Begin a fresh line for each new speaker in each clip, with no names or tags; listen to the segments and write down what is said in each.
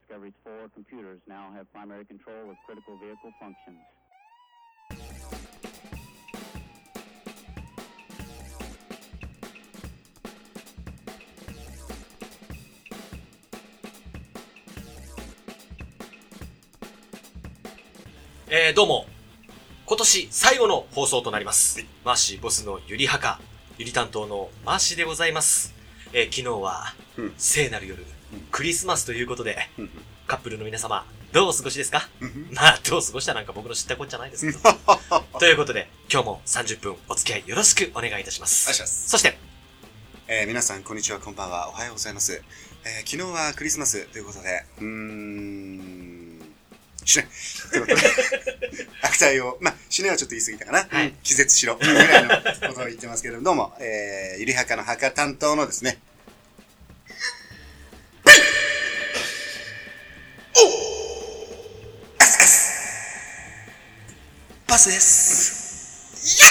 Discovery's forward computers now have primary control of critical vehicle functions.
えー、どうも。今年最後の放送となります。マーシーボスのゆりはか、ゆり担当のマーシーでございます。えー、昨日は
うん、
聖なる夜、クリスマスということで、
うん
カップルの皆様、どうお過ごしですか
うん
まあ、どう過ごしたなんか僕の知ったこっちゃないですけ ど。ということで、今日も30分お付き合いよろしくお願いいたしま
お願い
す。
します
そして、
えー皆さん、こんにちは、こんばんは、おはようございます。えー昨日はクリスマスということで、うーん、死ね。ということで悪態を、まあ、死ねはちょっと言い過ぎたかな。
はい
気絶しろ。ぐらいのことを言ってますけれども、どうも、えー、ゆりはかの墓担当のですね、おアスアスパスです。いや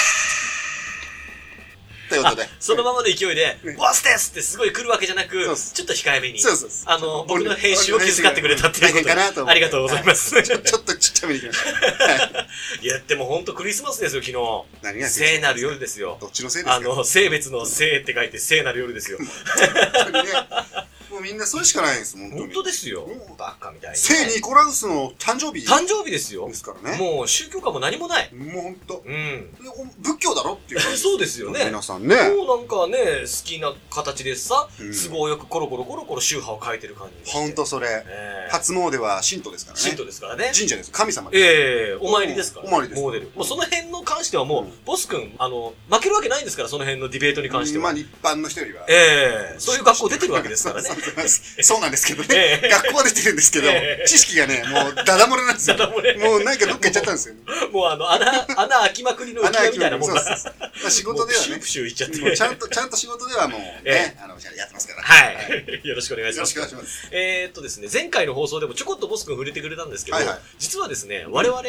ということで
あ。そのままの勢いで
うん、
ボスですってすごい来るわけじゃなく
そうっ、す
ちょっと控えめに。
そうそうそう
あの、僕の編集を気遣ってくれたっていうことで。
大変かなと思って
ありがとうございます。
ちょっとちっちゃめに来ました。はい
いや、でも本当クリスマスですよ、昨
何
日。
が
聖なる夜ですよ。
どっちのせいですか
あの、性別の性って書いて聖なる夜 ですよ。
本当にね。もうみんなそれしかないんです、本当に。
本当ですよ
うん。
バカみたいに。
聖ニコラウスの誕生日
誕生日ですよ
で。すからね。
もう宗教家も何もない。
もう本当。
うん。
でお仏教だろっていう感じ。
そうですよね。
皆さんね。
もうなんかね、好きな形でさ、
うん
都合よくコロコロコロコロ宗派を変えてる感じ。
本当。それ。
ええ。
初詣は神道ですから
信
ね。
徒ですからね。
神社です。神様です。
ええお参りですから、
お参りです
モデル。もうその辺の関してはもう、
うん
ボス君、あの、負けるわけないんですから、その辺のディベートに関して
まあ
は。
一般の人よりは。。
ええそういう学校出てるわけですからね
そうなんです そうなんですけど
え
ね。
え
学校は出てるんですけど
え、え
知識がね、もうダダ漏れなんですよ。
ダダ漏れ
もうなんかどっか行っちゃったんですよね。
もうあの、穴、穴開きまくりの浮き輪みたいなもん
そう
が。
そうそうまあ仕事では
もう
ね
プ、シュープシューいっちゃって。
もうちゃんと、ちゃんと仕事ではもうね、
え
あの、やってますから。
はい。よろしくお願いし
よ
ま
ろし
す
くお。願いします。
えーっとですね、前回の放送でもちょこっとボス君触れてくれたんですけど、
はいはい
実はですね、我々、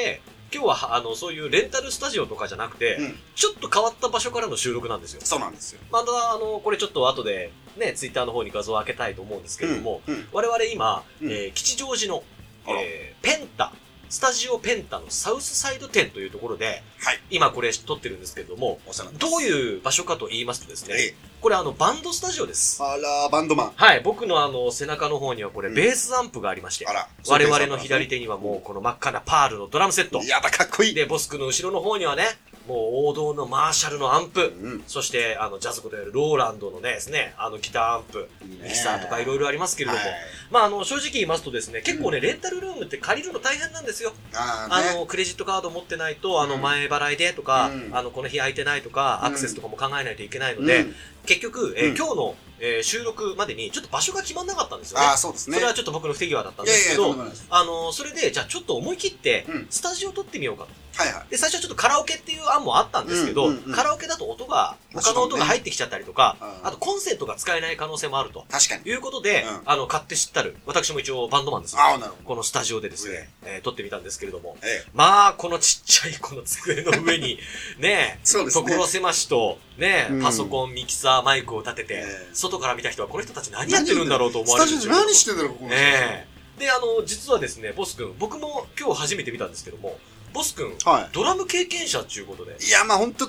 今日は、あの、そういうレンタルスタジオとかじゃなくて、
うん
ちょっと変わった場所からの収録なんですよ。
そうなんですよ。
また、あの、これちょっと後で、ね、ツイッターの方に画像を開けたいと思うんですけれども、
うん、うん
我々今、
うん
えー吉祥寺の、
あら
えーペンタ、スタジオペンタのサウスサイド店というところで、
はい
今これ撮ってるんですけれども、
お世話になって
どういう場所かと言いますとです
ます。え
ね、
え
これあの、バンドスタジオです。
あら、バンドマン。
はい、僕のあの、背中の方にはこれ、ベースアンプがありまして
あ、ら、
我々の左手にはもうこの真っ赤なパールのドラムセット。
やだ、かっこいい。
で、ボスクの後ろの方にはね、もう王道のマーシャルのアンプ。
うん。
そして、あの、ジャズことやるローランドのね、ですね、あの、ギターアンプ、
ミ
ミキサーとかいろい
ろ
ろありますけれども、まあ、あの、正直言いますとですね、結構ね、レンタルルームって借りるの大変なんですよ。
あ
あ
ーね
の、クレジットカード持ってないと、あの、
うん
前払いでとか
う、ん
あの、この日空いてないとか、
うん
アクセスとかも考えないといけないの
うん
で、結局、えー
うん
今日の、えー収録までにちょっと場所が決まんなかったんですよね
あ。ー、そうです
そ
ね。
れはちょっと僕の不手際だったん
い
で
や
す
い
けど、
や、とんでもないです
あの、それで、じゃあちょっと思い切って
うん、
スタジオ撮ってみようかと。
はいはい。
で、最初はちょっとカラオケっていう案もあったんですけど、
うんうんうん
カラオケだと音が、
も
他
ちろんね
の音が入ってきちゃったりとか、
あー
あとコンセントが使えない可能性もあると
確かに。
いうことで、
うん
あの、買って知ったる。私も一応バンドマンですよ
ああ、なるほど。
このスタジオでですね、えー撮ってみたんですけれども、
ええ。
まあ、このちっちゃいこの机の上 に、ね
そう
え、
ですね。
所狭しと、ね
う
え、
ん
パソコン、ミキサー、マイクを立てて
え、え
外から見た人はこの人たち何やってるんだろうと思
ス
われ
タ
る
ジ
で
オ
し
で
ょうけど
何してんだろう、ここの人。
ねえ。で、あの、実はですね、ボス君、僕も今日初めて見たんですけども、ボス君、
は
ドラム経験者っていうことで
い。、いや、まあ、ほんと、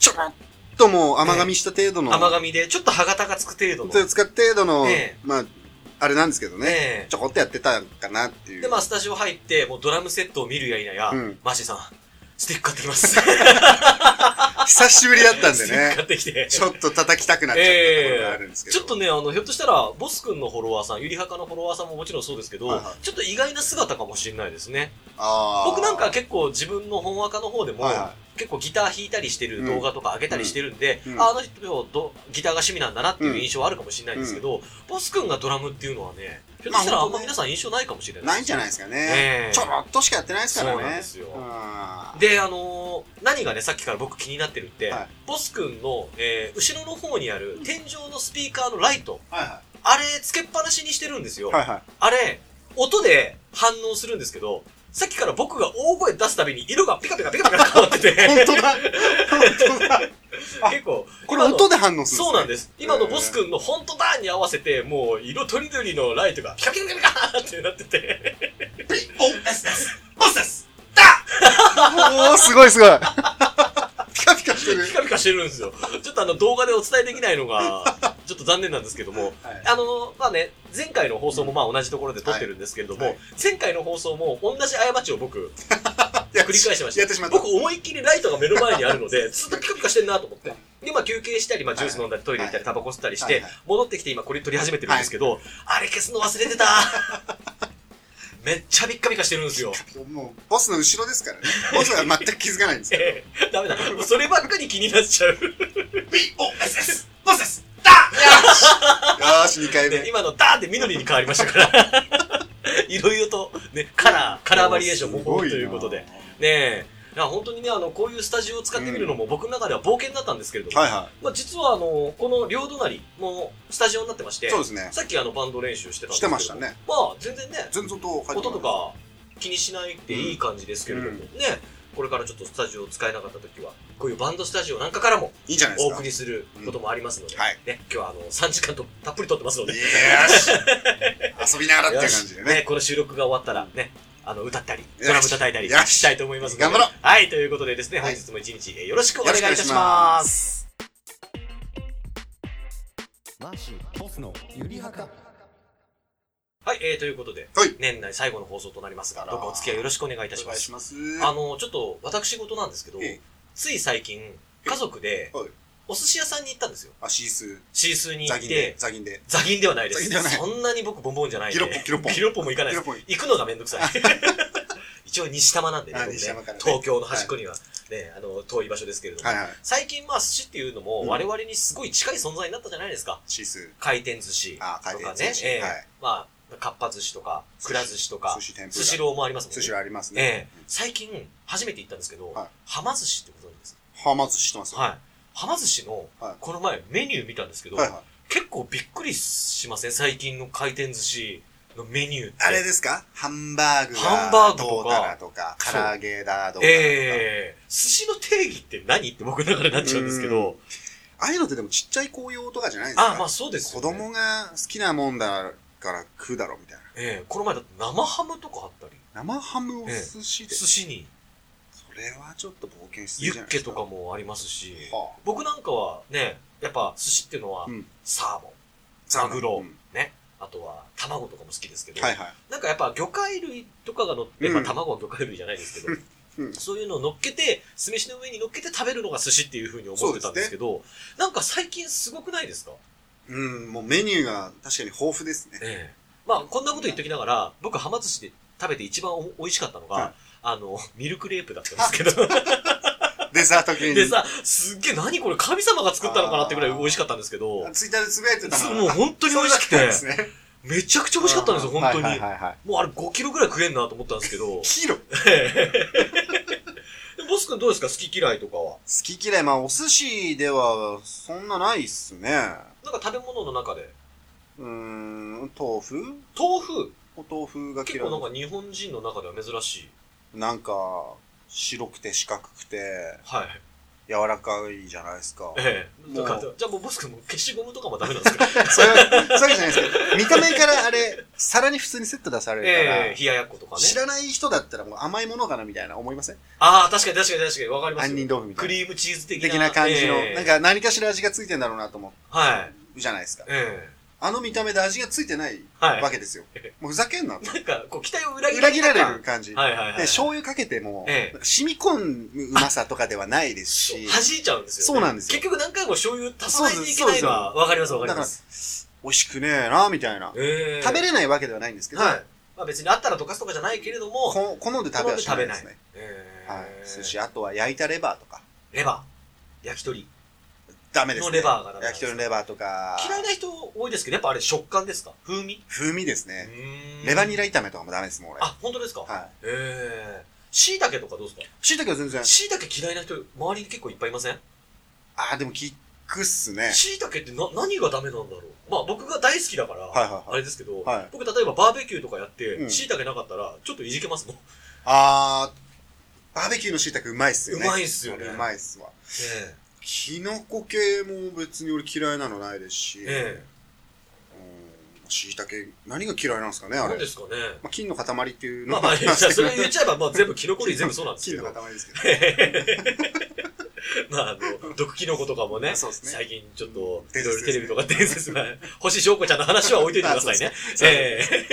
ちょろっともう甘噛みした程度の、
甘噛みで、ちょっと歯型がつく程度の。
手を使った程度の、
ええ
まあ、あれなんですけどね。
ね
ちょこっとやってたかなってい
え。
う。
で、まあ、スタジオ入って、もうドラムセットを見るやいなや、
うん
マーシーさん、スティック買ってき ます。
久しぶりだったんで
スティック買
ね
っ。てきて。
ちょっと叩きたくなっちゃったところがあるんですけど。
ちょっとね、あの、ひょっとしたら、ボス君のフォロワーさん、ゆりはかのフォロワーさんももちろんそうですけど、
はいは
ちょっと意外な姿かもしれないですね。
あー
僕なんか、結構自分の本若の方でも、
はいは
結構ギター弾いたりしてる動画とか上げたりしてるんで、
うんうん
ああの人どギターが趣味なんだなっていう印象はあるかもしれないんですけど、ボス君がドラムっていうのはね、ひょっとしたら
まあ
あんま皆さん印象ないかもしれない。
ないんじゃないですかね
ええ。
ちょろっとしかやってないですからね。
そうなんですよ
あー
で、あのー何がね、さっきから僕気になってるって、
はい
ボス君の、えー後ろの方にある天井のスピーカーのライト、
はいは
あれつけっぱなしにしてるんですよ。
い。はいはい。
あれ、音で反応するんですけど、さっきから僕が大声出すたびに色がピカピカピカピカ変わってて、
本当だ本当だあ
結構、
これ音
だ
で反応する
そうなん
で
です。今のボス君の本当だに合わせて、もう色とりどりのライ トがピカピカピカピカってなってて、
すね。POS です
ボスです
おー、すごいすごいピカピカしてる。
ピカピカしてるんですよ。ちょっとあの動画でお伝えできないの が、ちょっと残念なんですけども、
はい
あの、まあね、前回の放送もまあ同じところで撮ってるんですけれども、
はいはい
前回の放送も同じ過ちを僕、
や
繰り返してました。
やってしまった。
僕思いっきりライトが目の前にあるの で、ずっとピカピカしてんなと思って。で、まあ休憩したり、まあジュース飲んだり、トイレ行ったり、タバコ吸ったりし
はい
て
はい、
戻ってきて今これ撮り始めてるんですけど、あれ消すの忘れ てためっちゃビッカビカしてるんですよ。
もう、ボスの後ろですからね。ボスは全く気づかないん ですよ。
ええ、ダメだ。もうそればっかり気になっちゃ う。
POS です
ボスです
よーし、2回目。
で今のダーンって緑に変わりましたから。 いろいろと、ね、カラー、カラーバリエーションも豊富ということで。
すごい
ねえ。いや、本当にね、あの、こういうスタジオを使ってみるのも僕の中では冒険だったんですけれども
な。はいは
まあ、実はあの、この両隣もスタジオになってまして、
い。そうですね。
さっきあのバンド練習してたんです
し
け
て
ど
ましたね。
まあ、全然ね、
全然と
音とか気にしないっていい感じですけれども、
うん
ね、これからちょっとスタジオを使えなかった時は、こういうバンドスタジオなんかからも
いいんじゃないです
お
か。
送りすることもありますので、
うんはい
ね、今日はあの、3時間とたっぷり撮ってますの
よ
で、
ーし。遊びながらって
よ
いう感
し
じで
ね
ね。
この収録が終わったらね、あの、歌ったり、
し
ドラム叩いたり
よし
したいと思いますので、
頑張ろう
はい、ということでですね、
は
本
い
日も一日えーよろしくお
よ
願
ろ
い
し
い
くお願
たし
いしま
ます。
マーシーボスのゆりはか
はい、えー、ということで、
はい
年内最後の放送となりますが、
あらー
どうかお付き合いよろしくお願いいたし
お
ま
願い
す
し。ます。
あの、ちょっと私事なんですけど
ええ、
つい最近、家族で
はい、
お寿司屋さんに行ったんですよ。
あ、シース、
シースーに行
ザ
っ
ギンで
て、、
ザギンで。
ザギンではないで
ザギンではな
す。
い
そんなに僕ボンボンじゃないん
ギ
で
ロッポン、、ギロッポン。
ギロッポンも行かない
ギ
で
ロッ
す。
ポン。
行くのがめんどく さい。一応西多摩なんでね
あ
僕ね
西多摩からね
東京の端っこにはね、あの、遠い場所ですけれども
はい。はい。
最近まあ寿司っていうのも
うん
我々にすごい近い存在になったじゃないですか。
シース、
回転寿司
あ、回
とか
転
ね
寿、司。
ええ
はい。
まあ、かっぱ寿司とか、くら寿司とか
寿、司天
スシ
ぷら。
ローもありますもん
寿司
ね。
はあります
ええ
ね。
最近、初めて行ったんですけど、
はい
はま寿司ってことです。
はま寿司してますよ。
はい。はま寿司の
はい、
この前メニュー見たんですけど、
はいはい。
結構びっくりしません最近の回転寿司のメニューって。
あれですかハンバーグ
ハンバー
だ、
グ
ど
とか
うだらとか、
そう
唐揚げだ、どうだらとか。
ええ寿司の定義って何って僕の中でなっちゃうんですけど。
ああいうのってでもちっちゃい紅葉とかじゃないですか
あ、まあそうです
子
よ、ね。
供が好きなもんだから食うだろうみたいな。
ええこの前だって生ハムとかあったり、
生ハムお寿司で、
寿司に
それはちょっと冒険しすぎ
ユ
じゃな
ッ
いで
ケ
すか。
とかもありますし、
はあ
僕なんかはね、やっぱ寿司っていうのは
うん
サーモン、
ザ
マグロ
うん
ね。あとは卵とかも好きですけど、
はいはい。
なんかやっぱ魚介類とかが乗って、
うん
まあ卵は魚介類じゃないですけど、
うん
そういうのを乗っけて、酢飯の上に乗っけて食べるのが寿司っていうふうに思ってたんですけど、なんか最近すごくないですか
うん、もうメニューが確かに豊富ですね。
ええ。まあこんなこと言っときながら、僕はま寿司で食べて一番お美味しかったのが、
はい
あの、ミルクレープだったんですけど、
デザート系に。
でさ、すっげえ何これ神様が作ったのかなってぐらい美味しかったんですけど、
ツイッターでつぶやいてた
そう
の
もう本当に美味しく
そうだ
て
ったん、ですね
めちゃくちゃ美味しかったんですよ、本当に。
はいはいはいはい。、
もうあれ5キロぐらい食えんなと思ったんですけど
キロ好
ボス君どうですか好き嫌いとかは。
き嫌い、まあお寿司ではそんなないっすね。
なんか食べ物の中で、
うーん、豆腐
豆腐、
お豆腐が
結
嫌い
構なんか日本人の中では珍しい。
なんか、白くて四角くて、
はい。
柔らかいじゃないですか。
ええ。
もう
だからじゃあもうボス君も消しゴムとかもダメなん ですか
それは、そういうわけじゃないですけど、見た目からあれ、皿に普通にセット出されるから、
ええ、冷ややっことかね。
知らない人だったらもう甘いものかなみたいな思いません
ああ、確かに確かに確かに。わかります
杏
よ。
仁豆腐みた
ク
いな。
リームチーズ的な。
的な感じの、
ええ
なん、か何かしら味がついてんだろうなと思
はい。
うじゃないですか。
え
あの見た目で味がついてない
え。はい。
わけですよ。もうふざけんなと。
なんか、こう、期待を裏切
裏切ら
た
れ
感
る。感じ。で、
はいはいはい。
醤油かけても、
ええ
なんか染み込むうまさとかではないです
そう
し、
弾いちゃうんですよ、ね。
そうなんですよ
結局何回も醤油足さないといけないのは、わかりますわかります。
美味しくねえなみたいな。
ええ
食べれないわけではないんですけど、
はい。まあ別にあったら溶かすとかじゃないけれども、
こ好んで食べはしないですね。
ええ
はい。寿司、あとは焼いたレバーとか。
レバー、焼き鳥。
ダメですね。
のレバーがダメなんで
焼き
すよ
鳥のレバーとか。
嫌いな人多いですけど、やっぱあれ食感ですか風味
風味です
う
ね。
ーん
レバニラ炒めとかもダメですもん、俺。
あ、本当ですか
は
ええ椎茸とかどうですか
い。椎茸は全然。
椎茸嫌いな人、周りに結構いっぱいいません
あー、でもき、クっすね。
椎茸ってな、何がダメなんだろうまあ僕が大好きだから、
はいはいはい
あれですけど、
はい
僕例えばバーベキューとかやって、
うん
椎茸なかったら、ちょっといじけますもん。ね
あー、バーベキューの椎茸うまいっすよね。
うまいっすよね
あれうまいっすわ。
え
キノコ系も別に俺嫌いなのないですし、
え
うん、椎茸、何が嫌いなんですかね、あ
何
れ。
ですかね。
まあ、金の塊っていうの
まあま
は
あ、
り
じゃあ
ますけ
そ
ど
れ言っちゃえば、まあ全部キノコ類全部そうなんですけ
金
ど
の。塊ですけど。
まあ、あの、毒キノコとかもね、
そうですね
最近ちょっと、
伝
い
説
ろいろテレビとか
ですね
伝説な、星翔子ちゃんの話は置いといてくださ いね。
そうです
え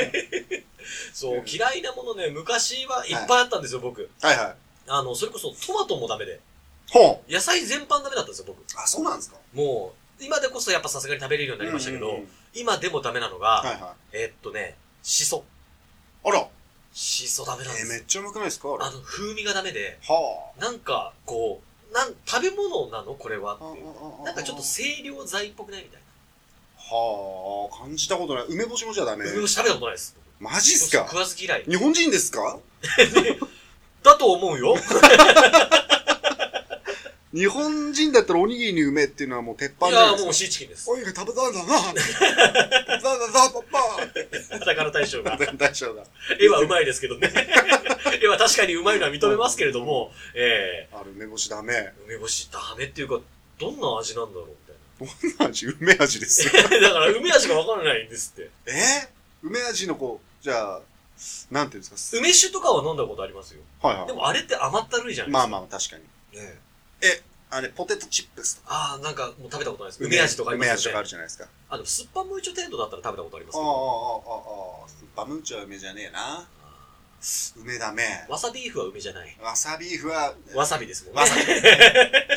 えそう、嫌いなものね、昔はいっぱいあったんですよ、僕。
はいはい。
あの、それこそトマトもダメで、
ほ
野菜全般ダメだったんですよ、僕。
う。あ、そうなんですか
もう、今でこそやっぱさすがに食べれるようになりましたけど、
うんうんうん
今でもダメなのが、
はいは
えっとね、シソ。
い。あら、
シソダメなんで
えー
す
め
よ。
っちゃうまくないですかあれ。
あの、風味がダメで、
は
なんか、こう、なん、食べ物なのこれは
あああ
っていう。
あ。
なんかちょっと清涼剤っぽくないみたい
はあ、感じたことない。梅干しもじゃダメ
な。。梅干し食べたことないです。
マジっすか
食わず嫌い。
日本人ですか
だと思う よ。
日本人だったらおにぎりに梅っていうのはもう鉄板
い
じゃな
や
いで
ー、もうシ
すか。
ーチキンです。
おい、食べたんだな。食べたんだな、パパ。
宝大将が。
大丈夫だ。
絵はうまいですけどね。 絵は確かにうまいのは認めますけれども、え
あれ、梅干しダメ。
ー、梅干しダメっていうか、どんな味なんだろうみたいな。
味、梅味 ですよ。
だから、梅味がわからないんですって。
えー梅味のこう、じゃあ、なんていうんですか。
梅酒とかは飲んだことありますよ。
はいはい。
でも、あれって甘ったるいじゃないですか。
まあまあ、確かに。
ね
あれ、ポテトチップスとか。
ああ、なんか、もう食べたことないです。梅味とかあります
梅
よね。
味とかあるじゃないですか。
あ、でも、酸っぱムーチョ程度だったら食べたことありますけ
ああ、あ
ど。
あ、ああ。バムーチョは梅じゃねえな。梅ダメ。
わさビーフは梅じゃない。
わさビーフは、
わさびですもんね
わ。さび。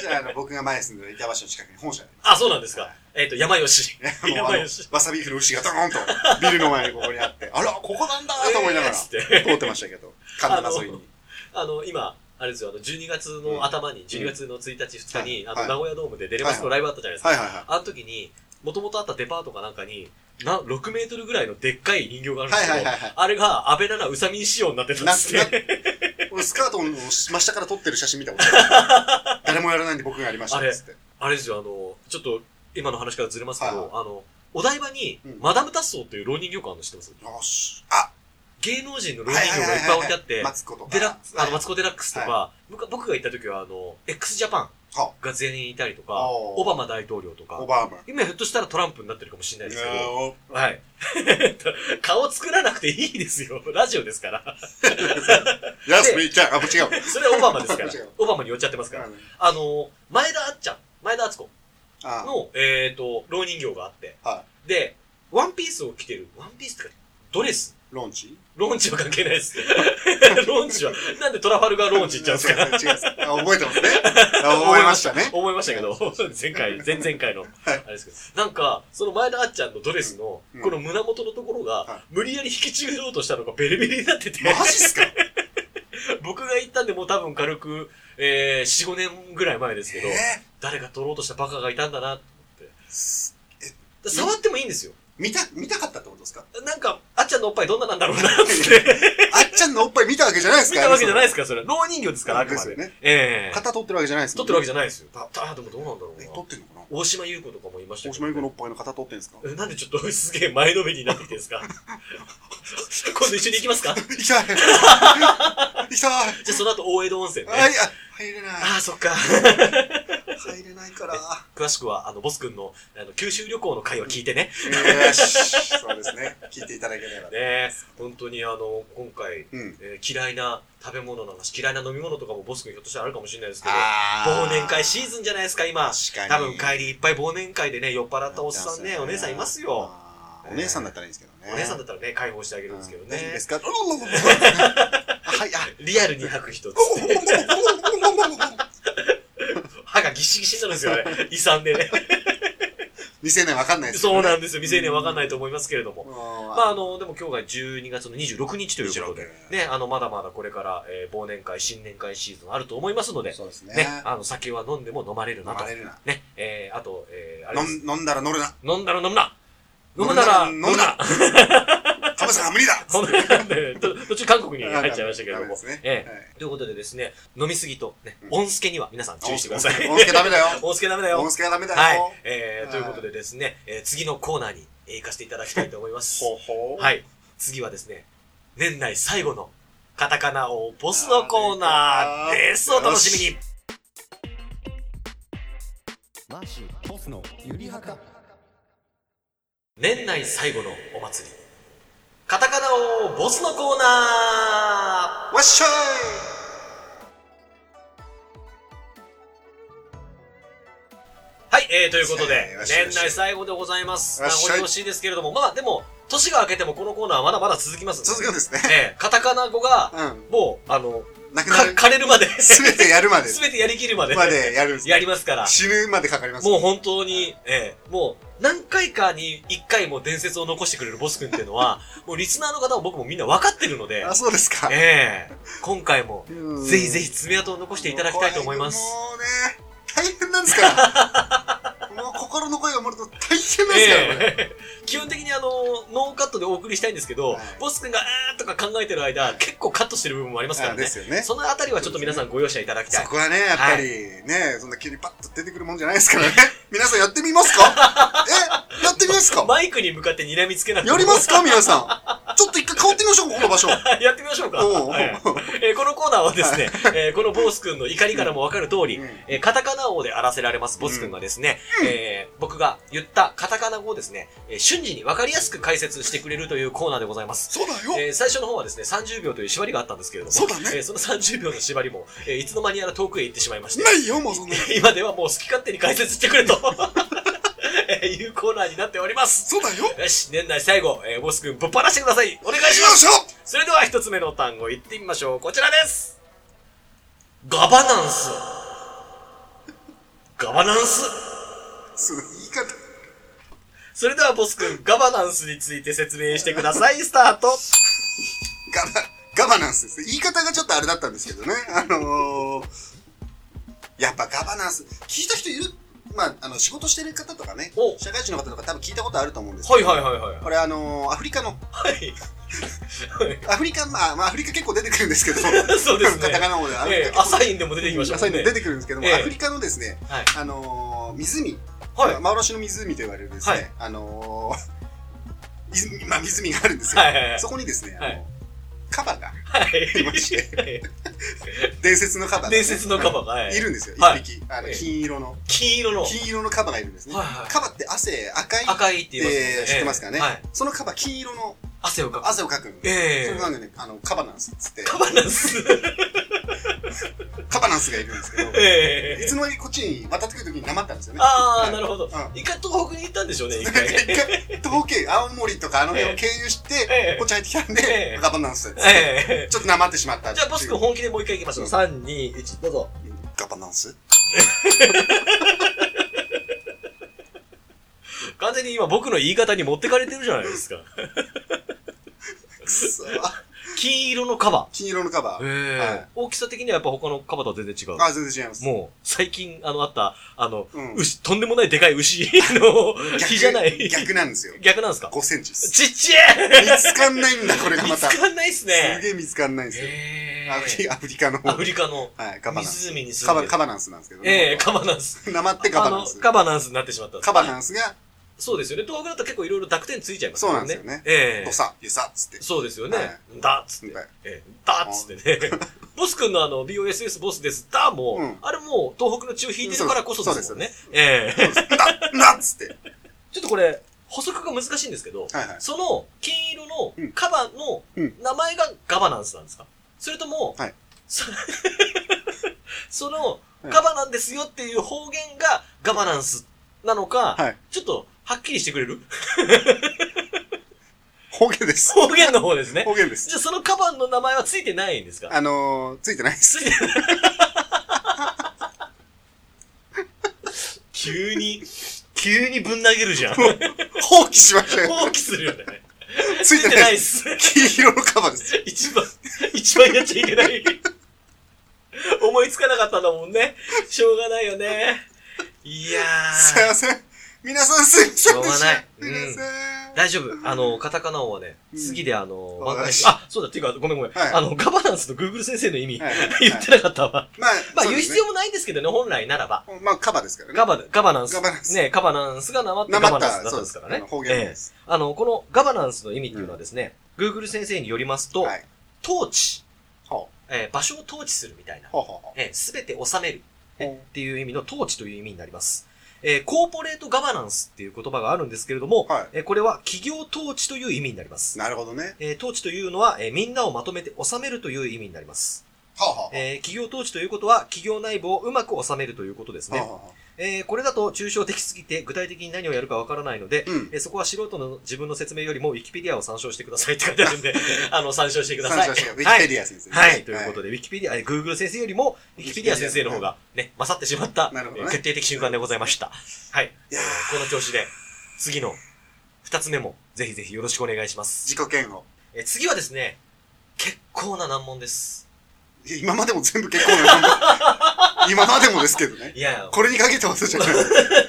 じゃあ、あの、僕が前住んでる板橋の近くに本社 で。
あ、そうなんですか。えっ、と、山吉。
もうあ
山
の
吉。
わさビーフの牛がドーンと、ビルの前にここにあっ て、あら、ここなんだーと思いなが
え
ら、
ー
通
つって
ってましたけど、神田沿いに。
あの、今、あれですよ、あの、12月の頭に、12月の1日、2日に、あ
はい
の、
はい
名古屋ドームでデレマスのライブあったじゃないですか。
はいはいは
あの時に、もともとあったデパートかなんかに、な、6メートルぐらいのでっかい人形があるんですけど、
はいはいはいはい
あれが、安倍奈々宇佐美仕様になってたんです
な
ね。
い。俺、スカートの真下から撮ってる写真見たこと ある誰もやらないんで僕がやりました、つって。
あれですよ、あの、ちょっと、今の話からずれますけど、
はい
あの、お台場に
うん、
マダム・タッソーっていう老人形館あるの知ってます
よし。あ
芸能人の老
は
人形
いはい
がいっぱい置いてあって、
マツコとか。
デラあの、マツ
コ。
コ・デラックスとか、僕僕が行った時は、あの、x ジャパン
は
が全員いたりとか、
おー
オバマ大統領と
オ
か、
バーマン。
今ひょっとしたらトランプになってるかもしれないですけど、
お
はい。 顔作らなくていいですよ。ラジオですから。
やすみちゃん。あ、もう違う。
それはオバマですから
違う。
オバマに寄っちゃってます から。あの、前田あっちゃん、前田敦子
あ
の、えっ、と、老人形があって、
は
で、ワンピースを着てる、ワンピースってか、ドレス
ロンチ
ローンチは関係ないです。 ローンチは、なんでトラファルガーローンチ行っちゃうんですか
違う違うあ覚えてますね。あ覚えましたね。
思いましたけど、前 回、前々回の、あれですけど、なんか、その前田あっちゃんのドレスの
うん、
この胸元のところ
は
が、無理やり引きちぎろうとしたのがベリベリになってて、
マジっすか
僕が行ったんで、もう多分軽く、えー、4、5年ぐらい前ですけど、
え
誰か取ろうとしたバカがいたんだな、
ー
触ってもいいんですよ。
見た、見たかったってことですか
なんか、あっちゃんのおっぱいどんななんだろうな、 って。
あっちゃんのおっぱい見たわけじゃないで す
見
か
たわけじゃないです
か。
から、それ。老人形ですから、あくま
そ
で。
うですよね
ええ
肩取ってるわけじゃないです
取ってるわけじ
ゃ
ゃないですよ。た、た、でもどうなんだろう
え、
な
取。ってんのかな
大島優子とかもいました
大
けど
島優子のおっぱいの肩取ってんですか
えなんでちょっと すげえ前のめりになってきてんですか 今度一緒に行きますか じゃ
行きたい行きたい
あその後大江戸温泉ね。
はい、あ、入れな
ああ、そっか。
い。入れないから。
詳しくは、あの、ボス君のあの九州旅行の会を聞いてね。
よし。そうですね。聞いていただけれ
ね
ば。
え本当にあの、今回、
うん。
えー嫌いな食べ物の話、嫌いな飲み物とかもボス君ひょっとしたらあるかもしれないですけど、
あ
忘年会シーズンじゃないですか、今。多
確かに
分帰りいっぱい忘年会でね、酔っ払ったおっさんね、お姉さんいますよ。
あーお姉さんだったらいいんですけどね。
お姉さんだ
っ
ったらね、解放してあげるんですけどね
大丈夫で。すかはい、あ、
リアルに吐く人っつって。
2000
歯がぎっしぎしになるんですよ、ね。 胃酸でね。
年わか んないです
そう
よね
なんですよ。未成年わかんないと思いますけれども。
うん
まあ、あの、でも今日が12月の26日ということで、
26
ね、あの、まだまだこれから、えー忘年会、新年会シーズンあると思いますので、
そうですね。
ね、あの、酒は飲んでも飲まれる
飲
なと
ま。れるな。
ね、えー、あと、えー、あれです
飲ん飲んだら乗るな。
飲んだら飲むな飲むなら
飲
飲
む
む
な
な
カムさんは無理だ
そんな感じでと途中韓国に入っちゃいましたけれども。
ダメですね
ええ
はい
ということでですね、飲みすぎと、ね、
うん
温助には皆さん注意してください。
音助ダメだよ。
温助ダメだよ
音。助がダメだよ。
はい。えー、ということ
は
でですね、えー次のコーナーにえー行かせていただきたいと思い ます。
ほほ。
はいい。次はですね、年内最後のカタカナをボスのコーナーです。お楽しみに
マーシーボスのゆりはか
年内最後のお祭り。カタカナをボスのコーナー
わっしゃ
はい、えー、ということ
はい
で
よ、しよし
年内最後でございます。
よ
名
っしゃい
残惜しいですけれども、まあでも、年が明けてもこのコーナーはまだまだ続きますん
ー
で。
続くんですね。
えーカタカナ語が、
う
もう、あの、
ん。なくな
か
る。
枯れるまで、
すべてや るまで。
すべてやりきるまで、
までやるんです ね
やりますから。
死ぬまでかかります。
もう本当に、ええもう何回かに1回も伝説を残してくれるボス君っていうの は、もうリスナーの方も僕もみんな分かってるので
あ、、そうですか。
ええ今回も
うん
ぜひぜひ爪痕を残していただきたいと思います。
もうね、大変なんで すから。もう心の声が漏れると大変なんですから、これ。
ええ 基本的にあの、ノーカットでお送りしたいんですけど、
はい
ボス君があーとか考えてる間、結構カットしてる部分もありますから
あで
ね。
すよね。
そ
そ
のあたりはちょっと皆さんご容赦いただきたい。
こはね、やっぱりね、そんな急にパッと出てくるもんじゃないですからね。皆さんやってみます かえやってみますか
マイクに向かって睨みつけなくても
やりますか皆さん。ちょっと一回変わってみましょう、ここの場所。
やってみましょうか。
おう
はいえーこのコーナーはです ね、えーこのボス君の怒りからもわかる通り、
うん
えーカタカナ王で荒らせられますボス君がですね、えー僕が言ったカタカナ語をですね、えー瞬時にわかりやすく解説してくれるというコーナーでございます。
そうだよ。
えー最初の方はですね、30秒という縛りがあったんですけれども、
そうだね
えーその30秒の縛りも、えーいつの間にやら遠くへ行ってしまいまして、
ないよ、もうそんなの。
今ではもう好き勝手に解説してく れと、えーいうコーナーになっております。
そうだよ。よ
よし、年内最後、えーボス君ぶっ放してください。お願い
い
し
し
ます
ょ
それでは一つ目の単語いってみましょう。こちらです。ガバナンス。ガバナンス。
その言い方。
それではボス君、ガバナンスについて説明してください。スタート。
ガバ、ガバナンスですね。言い方がちょっとあれだったんですけどね。あのー、やっぱガバナンス、聞いた人いるまあ、あの、仕事してる方とかね
お、
社会人の方とか多分聞いたことあると思うんですけど、
はいはいはいはい。
これあのー、アフリカの、
はい。
アフリカ、まあ、まあ、アフリカ結構出てくるんですけど、
そうですね
カタカナ語で、アフリ
え
カ
え、朝インでも出てきました
朝
も
に
んね。
出てくるんですけども、
ええ
アフリカのですね、
はい。
あのー、湖、
はい。はい
幻の湖と言われるですね、
はい
あのー、泉、まあ、湖があるんですよ。
はいはいはい
そこにですね、あの、
はい
カバが、
はい。
まして伝説のカバがね、
伝説のカバが、はい
いるんですよ、一
はい
匹。あの、
ええ
金色の。
金色の。
金色のカバがいるんですね
はいは。い
カバって汗赤いっ
赤いって言いますよね
て知ってますかね
ええはい。。
そのカバ、金色の
汗をかく。
汗をかくんで
ええ
それなんでね、あの、カバナンスっつって、
ガバナン ス。
カバナンスがいるんですけど、
ええ
いつの間にこっちに渡ってくるときになまったんですよね。
あ
は
あ、
い
なるほど。
う
一回東北に行ったんでしょうね、一
一
回。
回、東京、青森とかあの辺を経由し
ええ
て、こっち入ってきたん
ええ
で、カバナンスっつって、
ええ
ちょっとなまってしまったっ
じ
てい
ゃ
う。
あ、ボス君本気でもう一回行きましょう。
うん
3、2、1、どうぞ。
カバナンス
完全に今僕の言い方に持ってかれてるじゃない ですか。
くそ
金色のカバ。
金色のカバ
へ。え
はい
大きさ的にはやっぱ他のカバとは全然違う。
あ、全然違います。
もう、最近、あの、あった、あの、
うん
牛、とんでもないでかい牛の、
逆
火じゃない。
逆なんですよ。
逆なんですか
5センチです。
ちっちゃい
見つかんないんだ、これが
見
ま
つ
た。
かんないっす
す
ね。
げえ見つかんないんですよ。
へ
アフリ
ー
アフリカの方。
アフリカの
はい、カバナンス。
湖に住
カ
んで
バ
る
カバナンスなんですけど
ええ
ね。
カバナンス。
なまってカ
あ
バナ
の
ンス、。
カバナンスになってしまったんです
カバナンスが、
そうですよね。東北だと結構いろいろ濁点ついちゃいますからね。
そうなんです
ええ
ドサ、ユサっつって。
そうですよね。
は
だっつって
はい。
ええだっつってね。ボス君のあの、BOSS ボスです。だも、
うん
あれもう東北の血を引いてるからこそですもんね。ええ
な、なっつって。
ちょっとこれ、補足が難しいんですけど、
はいはい
その金色の
うん
カバの
うん
名前がガバナンスなんですかそれとも、
はい
そ その
はい
ガバなんですよっていう方言がガバナンスなのか、
はい
ちょっとはっきりしてくれる
方言です。
方言の方ですね。
方言です
じ。ゃあそのカバンの名前はついてないんですか
あのー、ついてないです。
つ いて急に、急にぶん投げるじゃん。
放棄しましたよ。
放棄するよね。
ついてない
っ
です。
す。
黄色のカバです。
一番、一番やっちゃいけない。思いつかなかったんだもんね。しょうがないよね。いや
すいません。皆さんすいませんでした。
しょうがないうん
皆さん。
大丈夫。あの、カタカナ王はね、
うん
次であの、
わ
挽
かりま
回
し
したあ、そうだ、っていうか、ごめんごめん。
はい
あの、ガバナンスと Google 先生の意味、
はいはい
言ってなかったわ。
まあ、
まあ、
そ
言
う
う
で
必
すね
要もないんですけどね、本来ならば。
まあ、カバーですからね。
ガバ、ガバナンス。
ガバナンス
ね、ガバナンスがなまってガ
な
バ
まっ
ナンス
た、
だっ
そ
たですすか
うんで
ら
あ
ね
の。方言
ええ
です。
あの、このガバナンスの意味っていうのはですね、Google 先生によりますと、
はい。
統治、
ほ
えー場所を統治するみたいな
う。、ほうほうほう。
えすべて治める
ほう
っていう意味の統治という意味になります。えーコーポレートガバナンスっていう言葉があるんですけれども、
はい
えーこれは企業統治という意味になります。
なるほどね。
えー統治というのは、えーみんなをまとめて治めるという意味になります。
はあ、はあ、
えー企業統治ということは、企業内部をうまく治めるということです
はあ
ね。
はあはあ
えーこれだと抽象的すぎて、具体的に何をやるかわからないので、
うん
えーそこは素人の自分の説明よりも、ウィキペディアを参照してくださいって書いてあ るんで、あの、参照してください。
参照してウィ
は
キ
い
ペディア先生ね、
はい。ということで、ウィキペディア、えー Google 先生よりも、ウィキペディア先生の方がね、勝ってしまった、
なるほどね
えー決定的瞬間でございました。はい。
いやー
えーこの調子で、次の二つ目も、ぜひぜひよろしくお願いします。
自己嫌悪。
えー次はですね、結構な難問です。
いや今までも全部結構な今までもですけどね。
いやいや、
これにかけてはそうじゃない。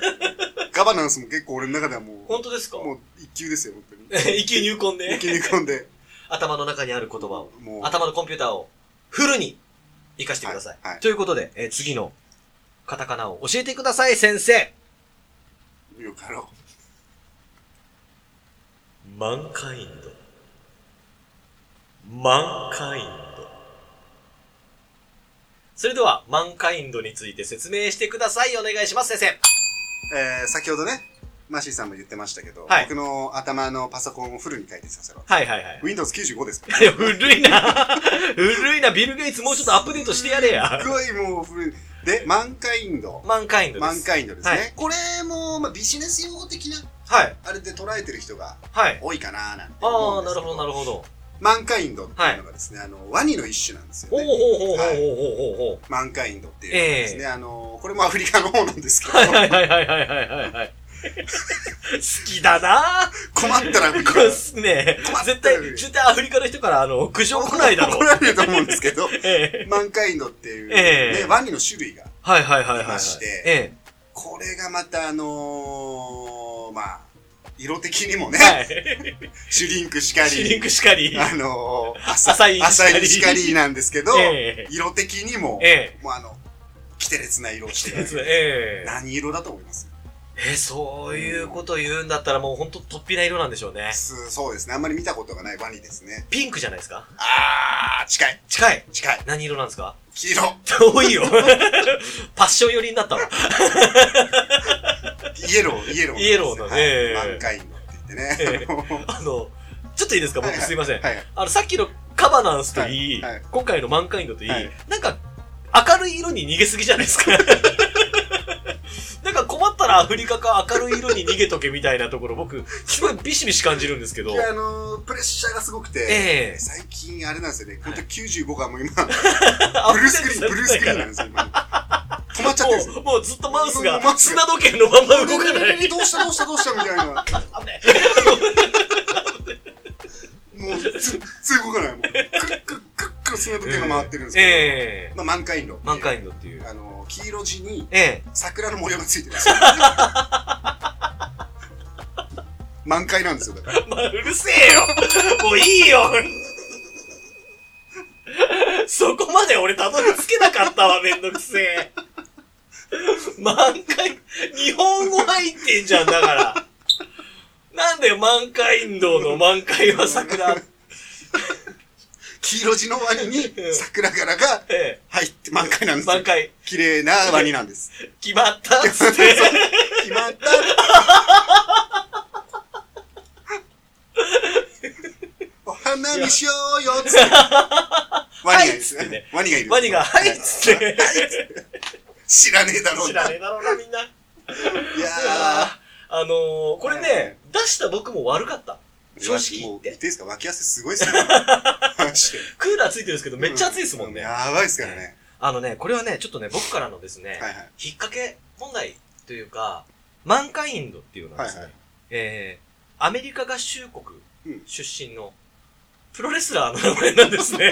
ガバナンスも結構俺の中ではも
本当ですか
う、もう一級ですよ、本当 に。
一級入魂で
一、気に込んで。
頭の中にある言葉を、
もう
頭のコンピューターを、フルに活かしてください。
はいはい
ということで、えー次の、カタカナを教えてください、先生
よかろ
マンカインド。マンカインド。それでは、マンカインドについて説明してください。お願いします、先
う。えー、先ほどね、マーシーさんも言ってましたけど、
はい
僕の頭のパソコンをフルに回転させろ。
生。はいはいはい。
Windows95 ですから。
いや古いな古いなビル・ゲイツもうちょっとアップデートしてやれや
す。ごいもう古い。で、マンカインド。
マンカインドです。
マンカインドです
は
ね。これも、まあビジネス用語的な、
はい。
あれで捉えてる人が
はい。
多いかななんて
あ
思う
あ、
んで
な
す
る
け
ほど、なるほど。
マンカインドっていうのがですね、あの、ワニの一種なんですよ
おお
ね。
おおおおおおお
マンカインドっていうのがですね、
え
あの、これもアフリカの方なんですけど、
はいはいはいはいはいはいはい。好きだな
困ったらアフリカ
これ っすね
困。ってる
絶対、絶対アフリカの人から、あの、苦情来ないだろう
怒。られると思うんですけど、
ええ
マンカインドっていう、
ええ
ね、ワニの種類が、
はいはいはいはい
い
は
ま
い
して。
え
これがまたあのー、まあ、色的にも
え
ね、
はい。
シュリンクしか
シリン
り、
クしかり。
あのー、
浅い
浅い
し
し
か
か
り
りなんですけど、
ええ
色的にも、
え
もうあの、キテレツな色をして
え。
る。
ええ。
何色だと思います
え、そういうこと言うんだったらもうほんと突飛な色なんでしょうね。
すそうですね。あんまり見たことがないワニですね。
ピンクじゃないですか
あー、近い、
近い。
近い。
何色なんです か
黄色。
遠いよ。 パッション寄りになったわ。
イエ ロー、イエローなんですよ。
イエローだね
はいマンカインドって言ってね。
ええ
あのー
あの、ちょっといいですか僕すいません。
はいはい。
あの、さっきのカバナンスといい
はいはい、
今回のマンカインドといい
はい、
なんか、明るい色に逃げすぎじゃないですか。 なんか困ったらアフリカか明るい色に逃げとけみたいなところ、僕、すごいビシビシ感じるんですけど
い。や、あのープレッシャーがすごくて、
ええ
最近あれなんですよね、本当95がもう今、
あ
ブルースクリーン、ブルースクリーンな
も
んです よ、今。止まっちゃってるんです
う、
よ。
もうずっとマウスが
マウス
砂時計のまんま動かない。
えーどうしたどうしたどうしたみたいな。もう、全然動かない。もう、クックックックッ砂時計が回ってるんですけど、
ええ
まあ、満開色。
マンカイ
ン
ンドっていう。
あのー、黄色地に
ええ
桜の模様がついてるんですよ。満開なんですよ、だから。
まあ、うるせえよもういいよそこまで俺たどり着けなかったわ、めんどくせえ。満開、日本語入ってんじゃん、だから。なんで満開運動の満開は桜、
黄色地のワニに桜柄が
え
入って満開なん
え
ですよ。
満開、
綺麗なワニなんです。
決まったっつっ
そう
て。
決まった。お花見しようよっつって。ワニがいるんですね。ワニがいる。
ワニが、はいっつって。
知らねえだろう
知
な。
ら
い
ねえだろうな、みんな。
や
ああのー、これ
はい
ね、出した僕も悪かった。
ー。
正直言
も
っ
う言ってい
て
い。ですか脇汗すごいっすね。マジで
クーラーついてるんですけど、めっちゃ暑いですもんね。
やばいっすからね。
あのね、これはね、ちょっとね、僕からのですね、
はいはい。
引っ掛け問題というか、マンカインドっていうのはですね、
はいはい
えー、アメリカ合衆国
うん
出身のプロレスラーの名前なんです ね。
名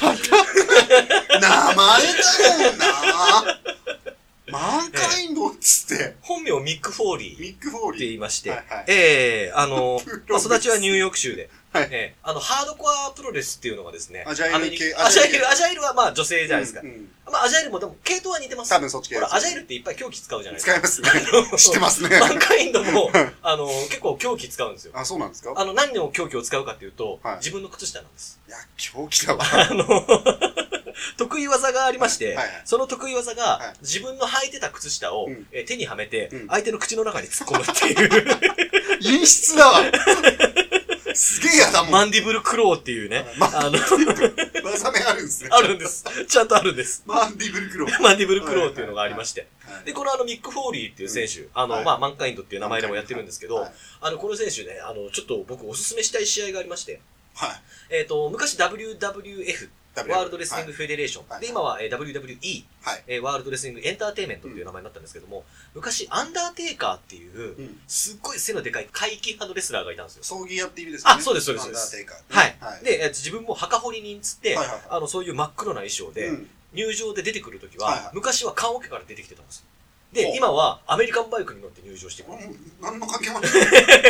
前だもんな。満開のっつって。
本名ミック・フォーリーっ
ミック・フォー
て
リー。
言いまして、
はいはい
ええあの
プロレス、
まあ、育ちはニューヨーク州で、
はい
ええあの、ハードコアプロレスっていうのがですね、
アジャイル
アメリカ
系
ア
ア
ジ
ジ
ャ
ャ
イ
イル
ル、アジャイルはまあ女性じゃないですか。
うんうん
まあ、アジャイルもでも、系統は似てます。
多分そっち系
ほ
です
ら、アジャイルっていっぱい狂気使うじゃないです
使
か。
いま すね。知
知
ってますね。
マンカインド も、あの、結構狂気使うんですよ。
あ、そうなんですか
あの、何の狂気を使うかっていうと、
はい
自分の靴下なんです。
いや、狂気 だわ。
あの、得意技がありまして、
はいはい
その得意技が、
はい
自分の履いてた靴下を、
うん
え手にはめて、
うん
相手の口の中に突っ込むって いう、
陰湿だわ。すげえやだもん。
マンディブルクローっていうね、
ま
あの、
技名あるんですね。
あるんで。す。ちゃんとあるんです。
マンディブルクロー。
マンディブルクローっていうのがありまして。
はい
で、このあの、ミック・フォーリーっていう選手、あの、
はい
まあ、マンカインドっていう名前でもやってるんですけど、
はい
あの、この選手ね、あの、ちょっと僕おすすめしたい試合がありまして、
はい。
えっ、と、昔 WWF、
WWF
ワールドレスリングフェデレーション、
はい
で、今はえー WWE、
はい。
えーワールドレスリングエンターテインメントっていう名前になったんですけども、昔、アンダーテイカーっていう、
うん
すっごい背のでかい怪奇派のレスラーがいたんですよ。
葬儀屋って意味ですかね。
あそうですそうです
アンダーテイカーね。
はい、
はい。
で、えー自分も墓掘り人っつって、
はいはいはい
あの、そういう真っ黒な衣装で、
うん
入場で出てくるときは、
はいはい
昔は棺桶から出てきてたんですよ。
ほ
で、
う
今はアメリカンバイクに乗って入場してく
こ
る。
れもう何の関係もない。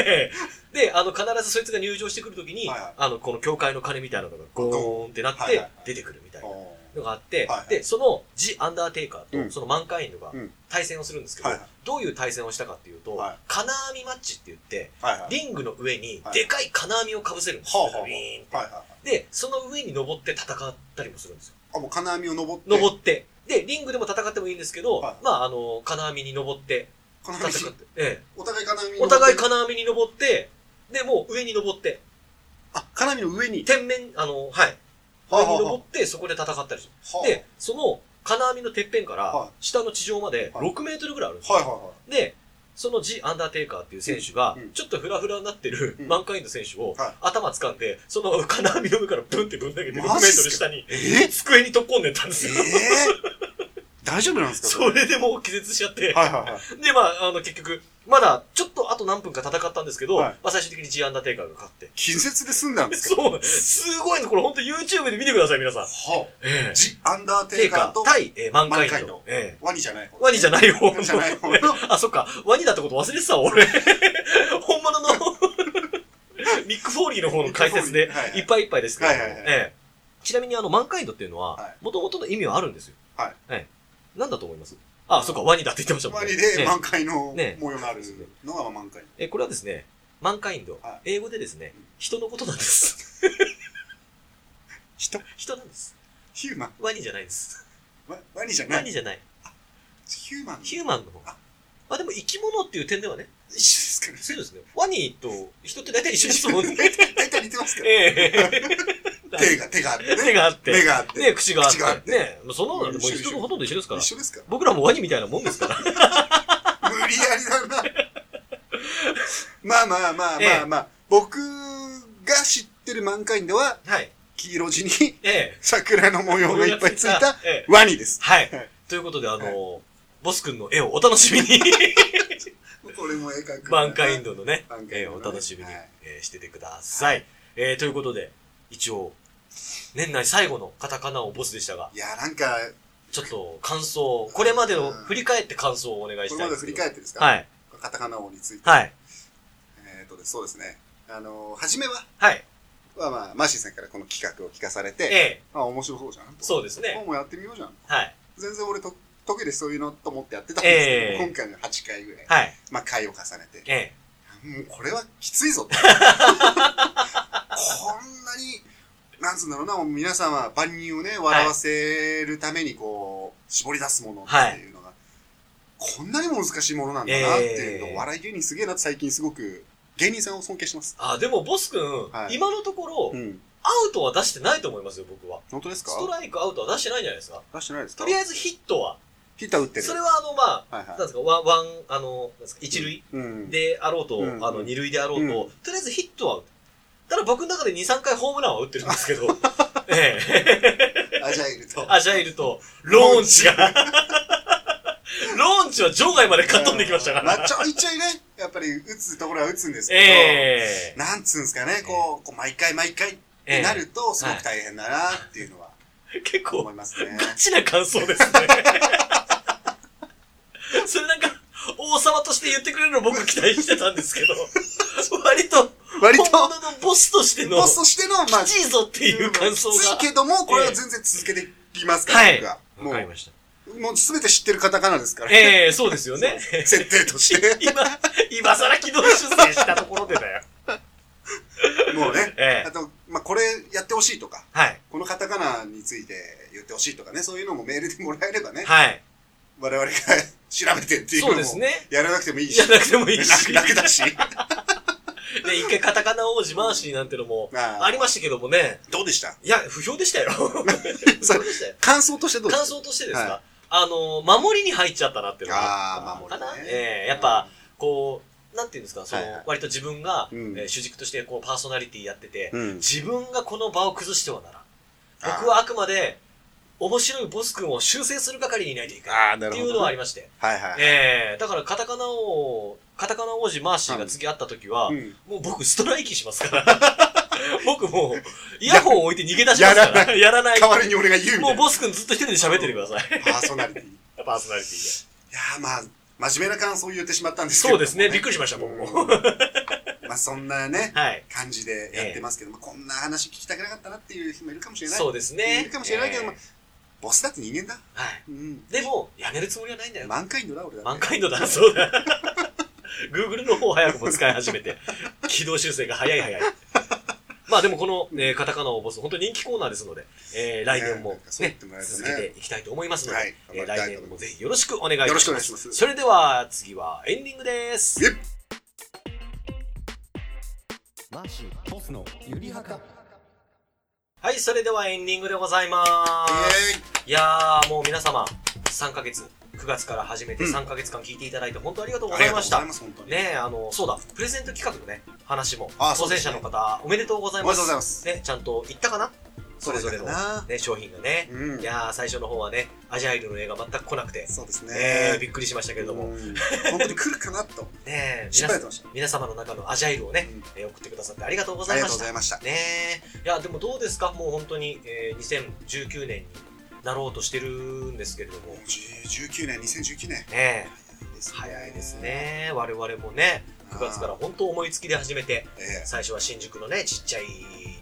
で、あの、必ずそいつが入場してくるときに、
はいはい
あの、この教会の鐘みたいなのがゴーンってなっ
は
て
いはいはい、
出てくるみたいな
お
のがあって、
はいはい
で、その、ジ・アンダーテイカ
う
ーと、
ん
そのマンカインドが
うん
対戦をするんですけど、
はいはい
どういう対戦をしたかっていうと、
はい
金網マッチって言って、
ーはいはい。
リングの上に
はい
でかい金網をかぶせるんですよ。
はあはあはあ
ウィーンって
はいはいはい。
で、その上に登って戦ったりもするんですよ。
あ、もう金網を登って。
登って。で、リングでも戦ってもいいんですけど、
はい
まあ、あの、金網に登って、
金網
戦って、え
お互い金網に
え、お互い
金
金網に登って、で、もう上に登って、
あ、金網の上に。
天面、あの、はい。
はあ
上
はあ
に登って、そこで戦ったりす
は
る。
あ
で、その金網のてっぺんか
は
ら
い、
下の地上まで
はい
6メートルぐらいあるんですよ
はいはいはい。
で、そのジ・アンダーテイカーっていう選手が
うんうん、
ちょっとフラフラになってる
うん
マンカインド選手を
はい
頭掴んで、その金網の上からブンってぶん投げて6メートル
マジっすか
下に、
え
机に突っ込んでったんで
え
すよ。
大丈夫なんですか
それでもう気絶しちゃって、
はいはいはい。
で、まあ、あの、結局、まだ、ちょっとあと何分か戦ったんですけど、
はい
まあ、最終的にジアンダーテイカーが勝って。
気絶で済んだんですか
そう、すごいの、これ本当 YouTube で見てください、皆さん。
はあ
え
ジ・アンダー
テ
テ
イ
イ
カ
カ
ー
ーと
対、えーマンカインド。
マンカインド
ええ
ワニじゃない方。
ワニじゃない方
ワニじゃない方の
あ、そっか。ワニだってこと忘れてたわ、俺。 本物の、 ミック・フォーリーの方の解説で
ミックフォーリーはい、はい
いっぱいいっぱいですけど、
はいはいはい
ええちなみに、あの、マンカインドっていうの
は、
はいもともとの意味はあるんですよ。
はい
ええなんだと思いますあ、そっか、ワニだって言ってましたもん
ワ
ね。
ニ
え
で
え
満開の
ね
模様があるのが満開。
えーこれはですね、マンカインド、
は
英語でですね、人のことなんです。
人
人なんです。
ヒューマン
ワニじゃないです。
ワワニじゃな
ワ
い
ニじゃない。
ヒューマン
ヒューマンの方
あ。
あ、でも生き物っていう点ではね、
一緒です
そうですね。ワニと人って大体一緒です
か
も
ら
んね。
ね。大体似てますから。
え
手が、手があって
え。
ね。
手があって。
目があって。
ね、口があって。
口があって
ね、もうそんなのもう
一緒
人とほとんど一緒ですから。
一緒ですか
僕らもワニみたいなもんですから。
ら。無理やりだな。まあまあまあまあまあ。僕が知ってる満開では、
はい。
黄色地に
ええ。
桜の模様がいっぱいつい た
ええ
ワニです。
はい
はい。
ということで、あ
は
の、ボス君の絵をお楽しみに。
これも絵描くな。
満開インドのね
満、開
え
イン
ー
ド
お
ね
楽しみに、
はい
えーしててください。えーということで、一応、年内最後のカタカナをボスでしたが、
いや、なんか、
ちょっと感想、これまでの
うん
振り返って感想をお願い
こ
し
れ
たい
ま
んで
です振
け
り
ど。
返ってですか
はい。
カタカナ王について。
はい。
えっと、そうですね。あの、初めは、
はい。
はまあ、マーシーさんからこの企画を聞かされ
え
て、
え
あ、面白そうじゃんと。
そうです
も
ね。
うもやってみようじゃん。
はい。
全然俺と、得意でそういうのと思ってやってたんですけど、
ええ
今回の8回ぐらい、
はい。
まあ、回を重ねて、
ええ
もうこれはきつ いぞと。こんなに、なんつうんだろうな、もう皆さんは万人をね、笑わせるためにこう、絞り出すものっていうのが、こんなにも難しいものなんだなっていうのを、
ええ
笑い芸人すげえなって最近すごく、芸人さんを尊敬してます。
あ、でもボス君、
はい
今のところ、
うん。
アウトは出してないと思いますよ、僕は。
本当ですか
ストライクアウトは出してないんじゃないですか。
出してないですか
とりあえずヒットは。
ヒッター打ってる。
それはあの、まあ、
はい
なん
は
ですか、ワン、ワン、あの、なんですか、一塁
い。うん。
であろうと、
うん
あの、二塁であろうと、
う
とりあえずヒットは、ただ僕の中で2、3回ホームランは打ってるんですけ ど、ええ、
アジャイルと。
アジャイルと、ローンチが、 ローンチは場外までかっ飛んできましたか
まあ
ら、
ちょいちょいね、やっぱり打つところは打つんですけど、
ええ
なんつうんですかね、こう、こう毎回毎回ってなると、すごく大変だなっていうのは
結
思
構
い、ますね。
ガチな感想ですね。それなんか、王様として言ってくれるの僕期待してたんですけど、 割と、
割と
本物のボスとしての、
ボスとしての、まあ、
きちいぞっていう感想
きつい
が。
けども、これは全然続けていきますから、
はい。わ
僕
か
は
り
も
ました。
う、もうすべて知ってるカタカナですから、
ええそうですよね。
設定 として、
今、今更軌道修正したところでだよ。
もうね、
ええ
あと、まあ、これやってほしいとか、
はい。
このカタカナについて言ってほしいとかね、そういうのもメールでもらえればね、
はい。
我々が 調べてっていう
そ
の
う
も
です、ね。
やらなくてもいいし、
やらなくてもいいし
楽楽 だし、
ね、一回カタカナ王子回しなんてのも、
ああ
ありましたけどもね。
どうでした
いや、不評でした よ。不評でしたよ。
感想としてどうで
感
す
想としてですか、
は
あの、守りに入っちゃったなっていうのが
あー
ったかな。
守りね
ええやっぱ、こう、なんていうんですか、その、
はいはい
割と自分が、
うん
えー主軸としてこうパーソナリティやってて、
うん。
自分がこの場を崩してはならん。
あー
僕はあくまで、面白いボス君を修正する係にいないといけない。
ああ、な
っ
る
て
ほどね。
いうのはありまして。
はいはい。
ええだからカタカナ王、カタカナ王子マーシーが次会った時は、
うん
もう僕ストライキします から。僕もう、イヤホンを置いて逃げ出しますから。やらない。
代わりに俺が言うみた
もう
いな。
ボス君ずっと一人で喋っててください。
パーソナリティ。い
パーソナリティで。
やーまあ、真面目な感想を言ってしまったん ですけど、
そうですね。びっくりしました、僕も。
うん まあそんなね、
はい。
感じでやってますけど、まあこんな話聞きたくなかったなっていう人もいるかもしれない。
そうです
い
ね
る。かもしれないけども
え
ボスだって人間だ。
えはい。
うん。
でも、やめるつもりはないんだよ。
満開のだ、俺だって。
マンカインドだな、そうだ。Google の方を早くも使い始め て、軌道修正が早い早い。まあでもこの、えーカタカナをボス、本当に人気コーナーですので、えー来年も
ねえそう言
ね
ってもらえるとね
続けていきたいと思いますので、
はい
えー
頑張りた
来
いと思います
年もぜひよろしくお願いいたします。
よろしくお願いします
それでは次はエンディングです。
え
マーシーボスのゆりはか
はい、それではエンディングでございま
イ
す。
エーイ
いやー、もう皆様、3ヶ月、9月から始めて3ヶ月間聞いていただいて、本当ありがとうございました
あり。がとうございます、本当に。
ねえ、あの、そうだ、プレゼント企画のね、話も、
あそ
当
うで
選
す
者
ね
の方、おめでとうございます。
おめでとうございます
ね、ちゃんと言ったかなそれぞれの
そうだな、
ね、商品がね。
うん
い。やー、最初の方はね、アジャイルの映画全く来なくて、
そうですね。
ねえ、びっくりしましたけれども、
う
ね
ん本当に来るか なと。
え、
失
皆
敗や
さん
ってました。
皆様の中のアジャイルをね
うん、
えー送ってくださってありがとうご
あ
ざ
り
いま
がと
した
うござ。いました。
ねえ。いや、でもどうですかもう本当に、えー2019年になろうとしてるんですけれども。ね
19年、2019年。
え。
早
早いです。ね。我々もね、9月から本当思いつきで始めて、
え
最初は新宿のねちっちゃい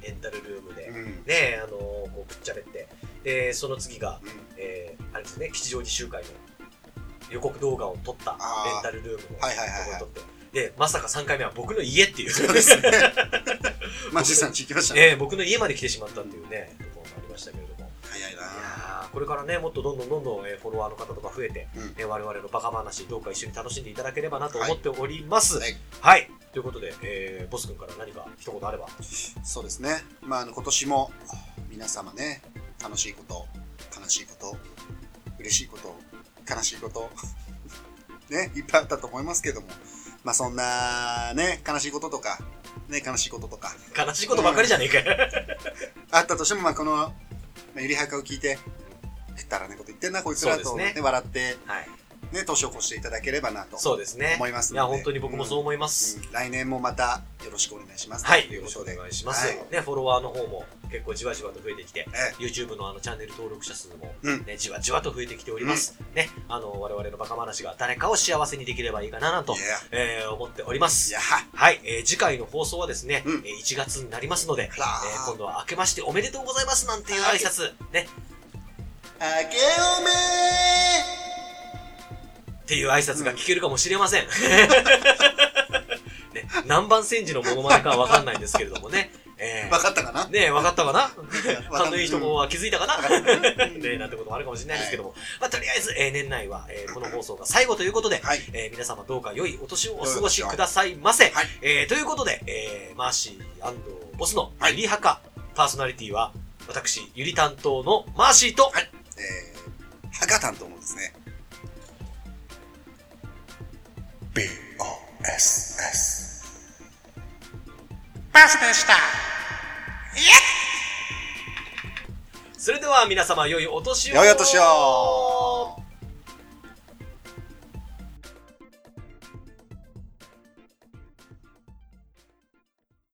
レンタルルームで、
え
ね
うん。
えあのーこうくっちゃべってでその次が、
うん
えーあれですね吉祥寺集会の予告動画を撮ったレ
あー
ンタルルームのとこ
はいはいはいはい
ろを撮って、でまさか3回目は僕の家っていう
そうですね。マジさん聞きましたね。
ね僕の家まで来てしまったっていうねところもありましたけれども
早いない
やーこれからねもっとどんどんどんどん、えーフォロワーの方とか増えて、
うん
えー我々のバカ話どうか一緒に楽しんでいただければなと思っております。は
はいい、
ということで、えーボス君から何か一言あれば。
そうですね。まあ、あの、今年も皆様ね、楽しいこと、悲しいこと、嬉しいこと、悲しいこと、 ね、いっぱいあったと思いますけども、まあ、そんな、ね、悲しいこととか、ね、悲しいこととか、
悲しいことばっかりじゃねえかよ。
あったとしても、まあ、この、まあゆりはかを聞いて、くったらねこと言ってんな、こいつら
そ
と、
うで
ね
すね
笑って、
はい。
ね、年を越していただければなと
そうですね。
思います
い
の
や、
で。
本当に僕もそう思います。
うん来年もまたよろしくお願いします。
はい。
と
よ
いう
ろ
こ
しく
と
お
で。
願いします。
はい
ね、フォロワーの方も結構じわじわと増えてきて、
え
YouTube のあのチャンネル登録者数も、
うん
ね、じわじわと増えてきております。ね、あの、我々のバカ話が誰かを幸せにできればいいかなと
い、や、
えー思っておりま
い
す
や。、
はい、えー次回の放送はですね、
うん
えー1月になりますので、え
あらー
ー今度は明けましておめでとうございますなんていう挨拶、ね、
あけおめ
っていう挨拶が聞けるかもしれません。 ね、南蛮戦時のモノマネかはわかんないんですけれどもね。え
ーわ
ー
かったかな
ねえ、わかったかな
わか
勘
ん
の
ない
いい人は気づいたかな
うん
ねえ、なんてこともあるかもしれないですけども。まあ、とりあえず、えー年内は、えーこの放送が最後ということで、
はい。
えー皆様どうか良いお年をお過ごしくださいませ。
はい
えーということで、えーマーシーボスのゆりはか、パーソナリティは、私、ゆり担当のマーシーと、
えー、はかたんと思うんですね。BOSS。バスでした。
それでは皆様良いお年を。
良いお年を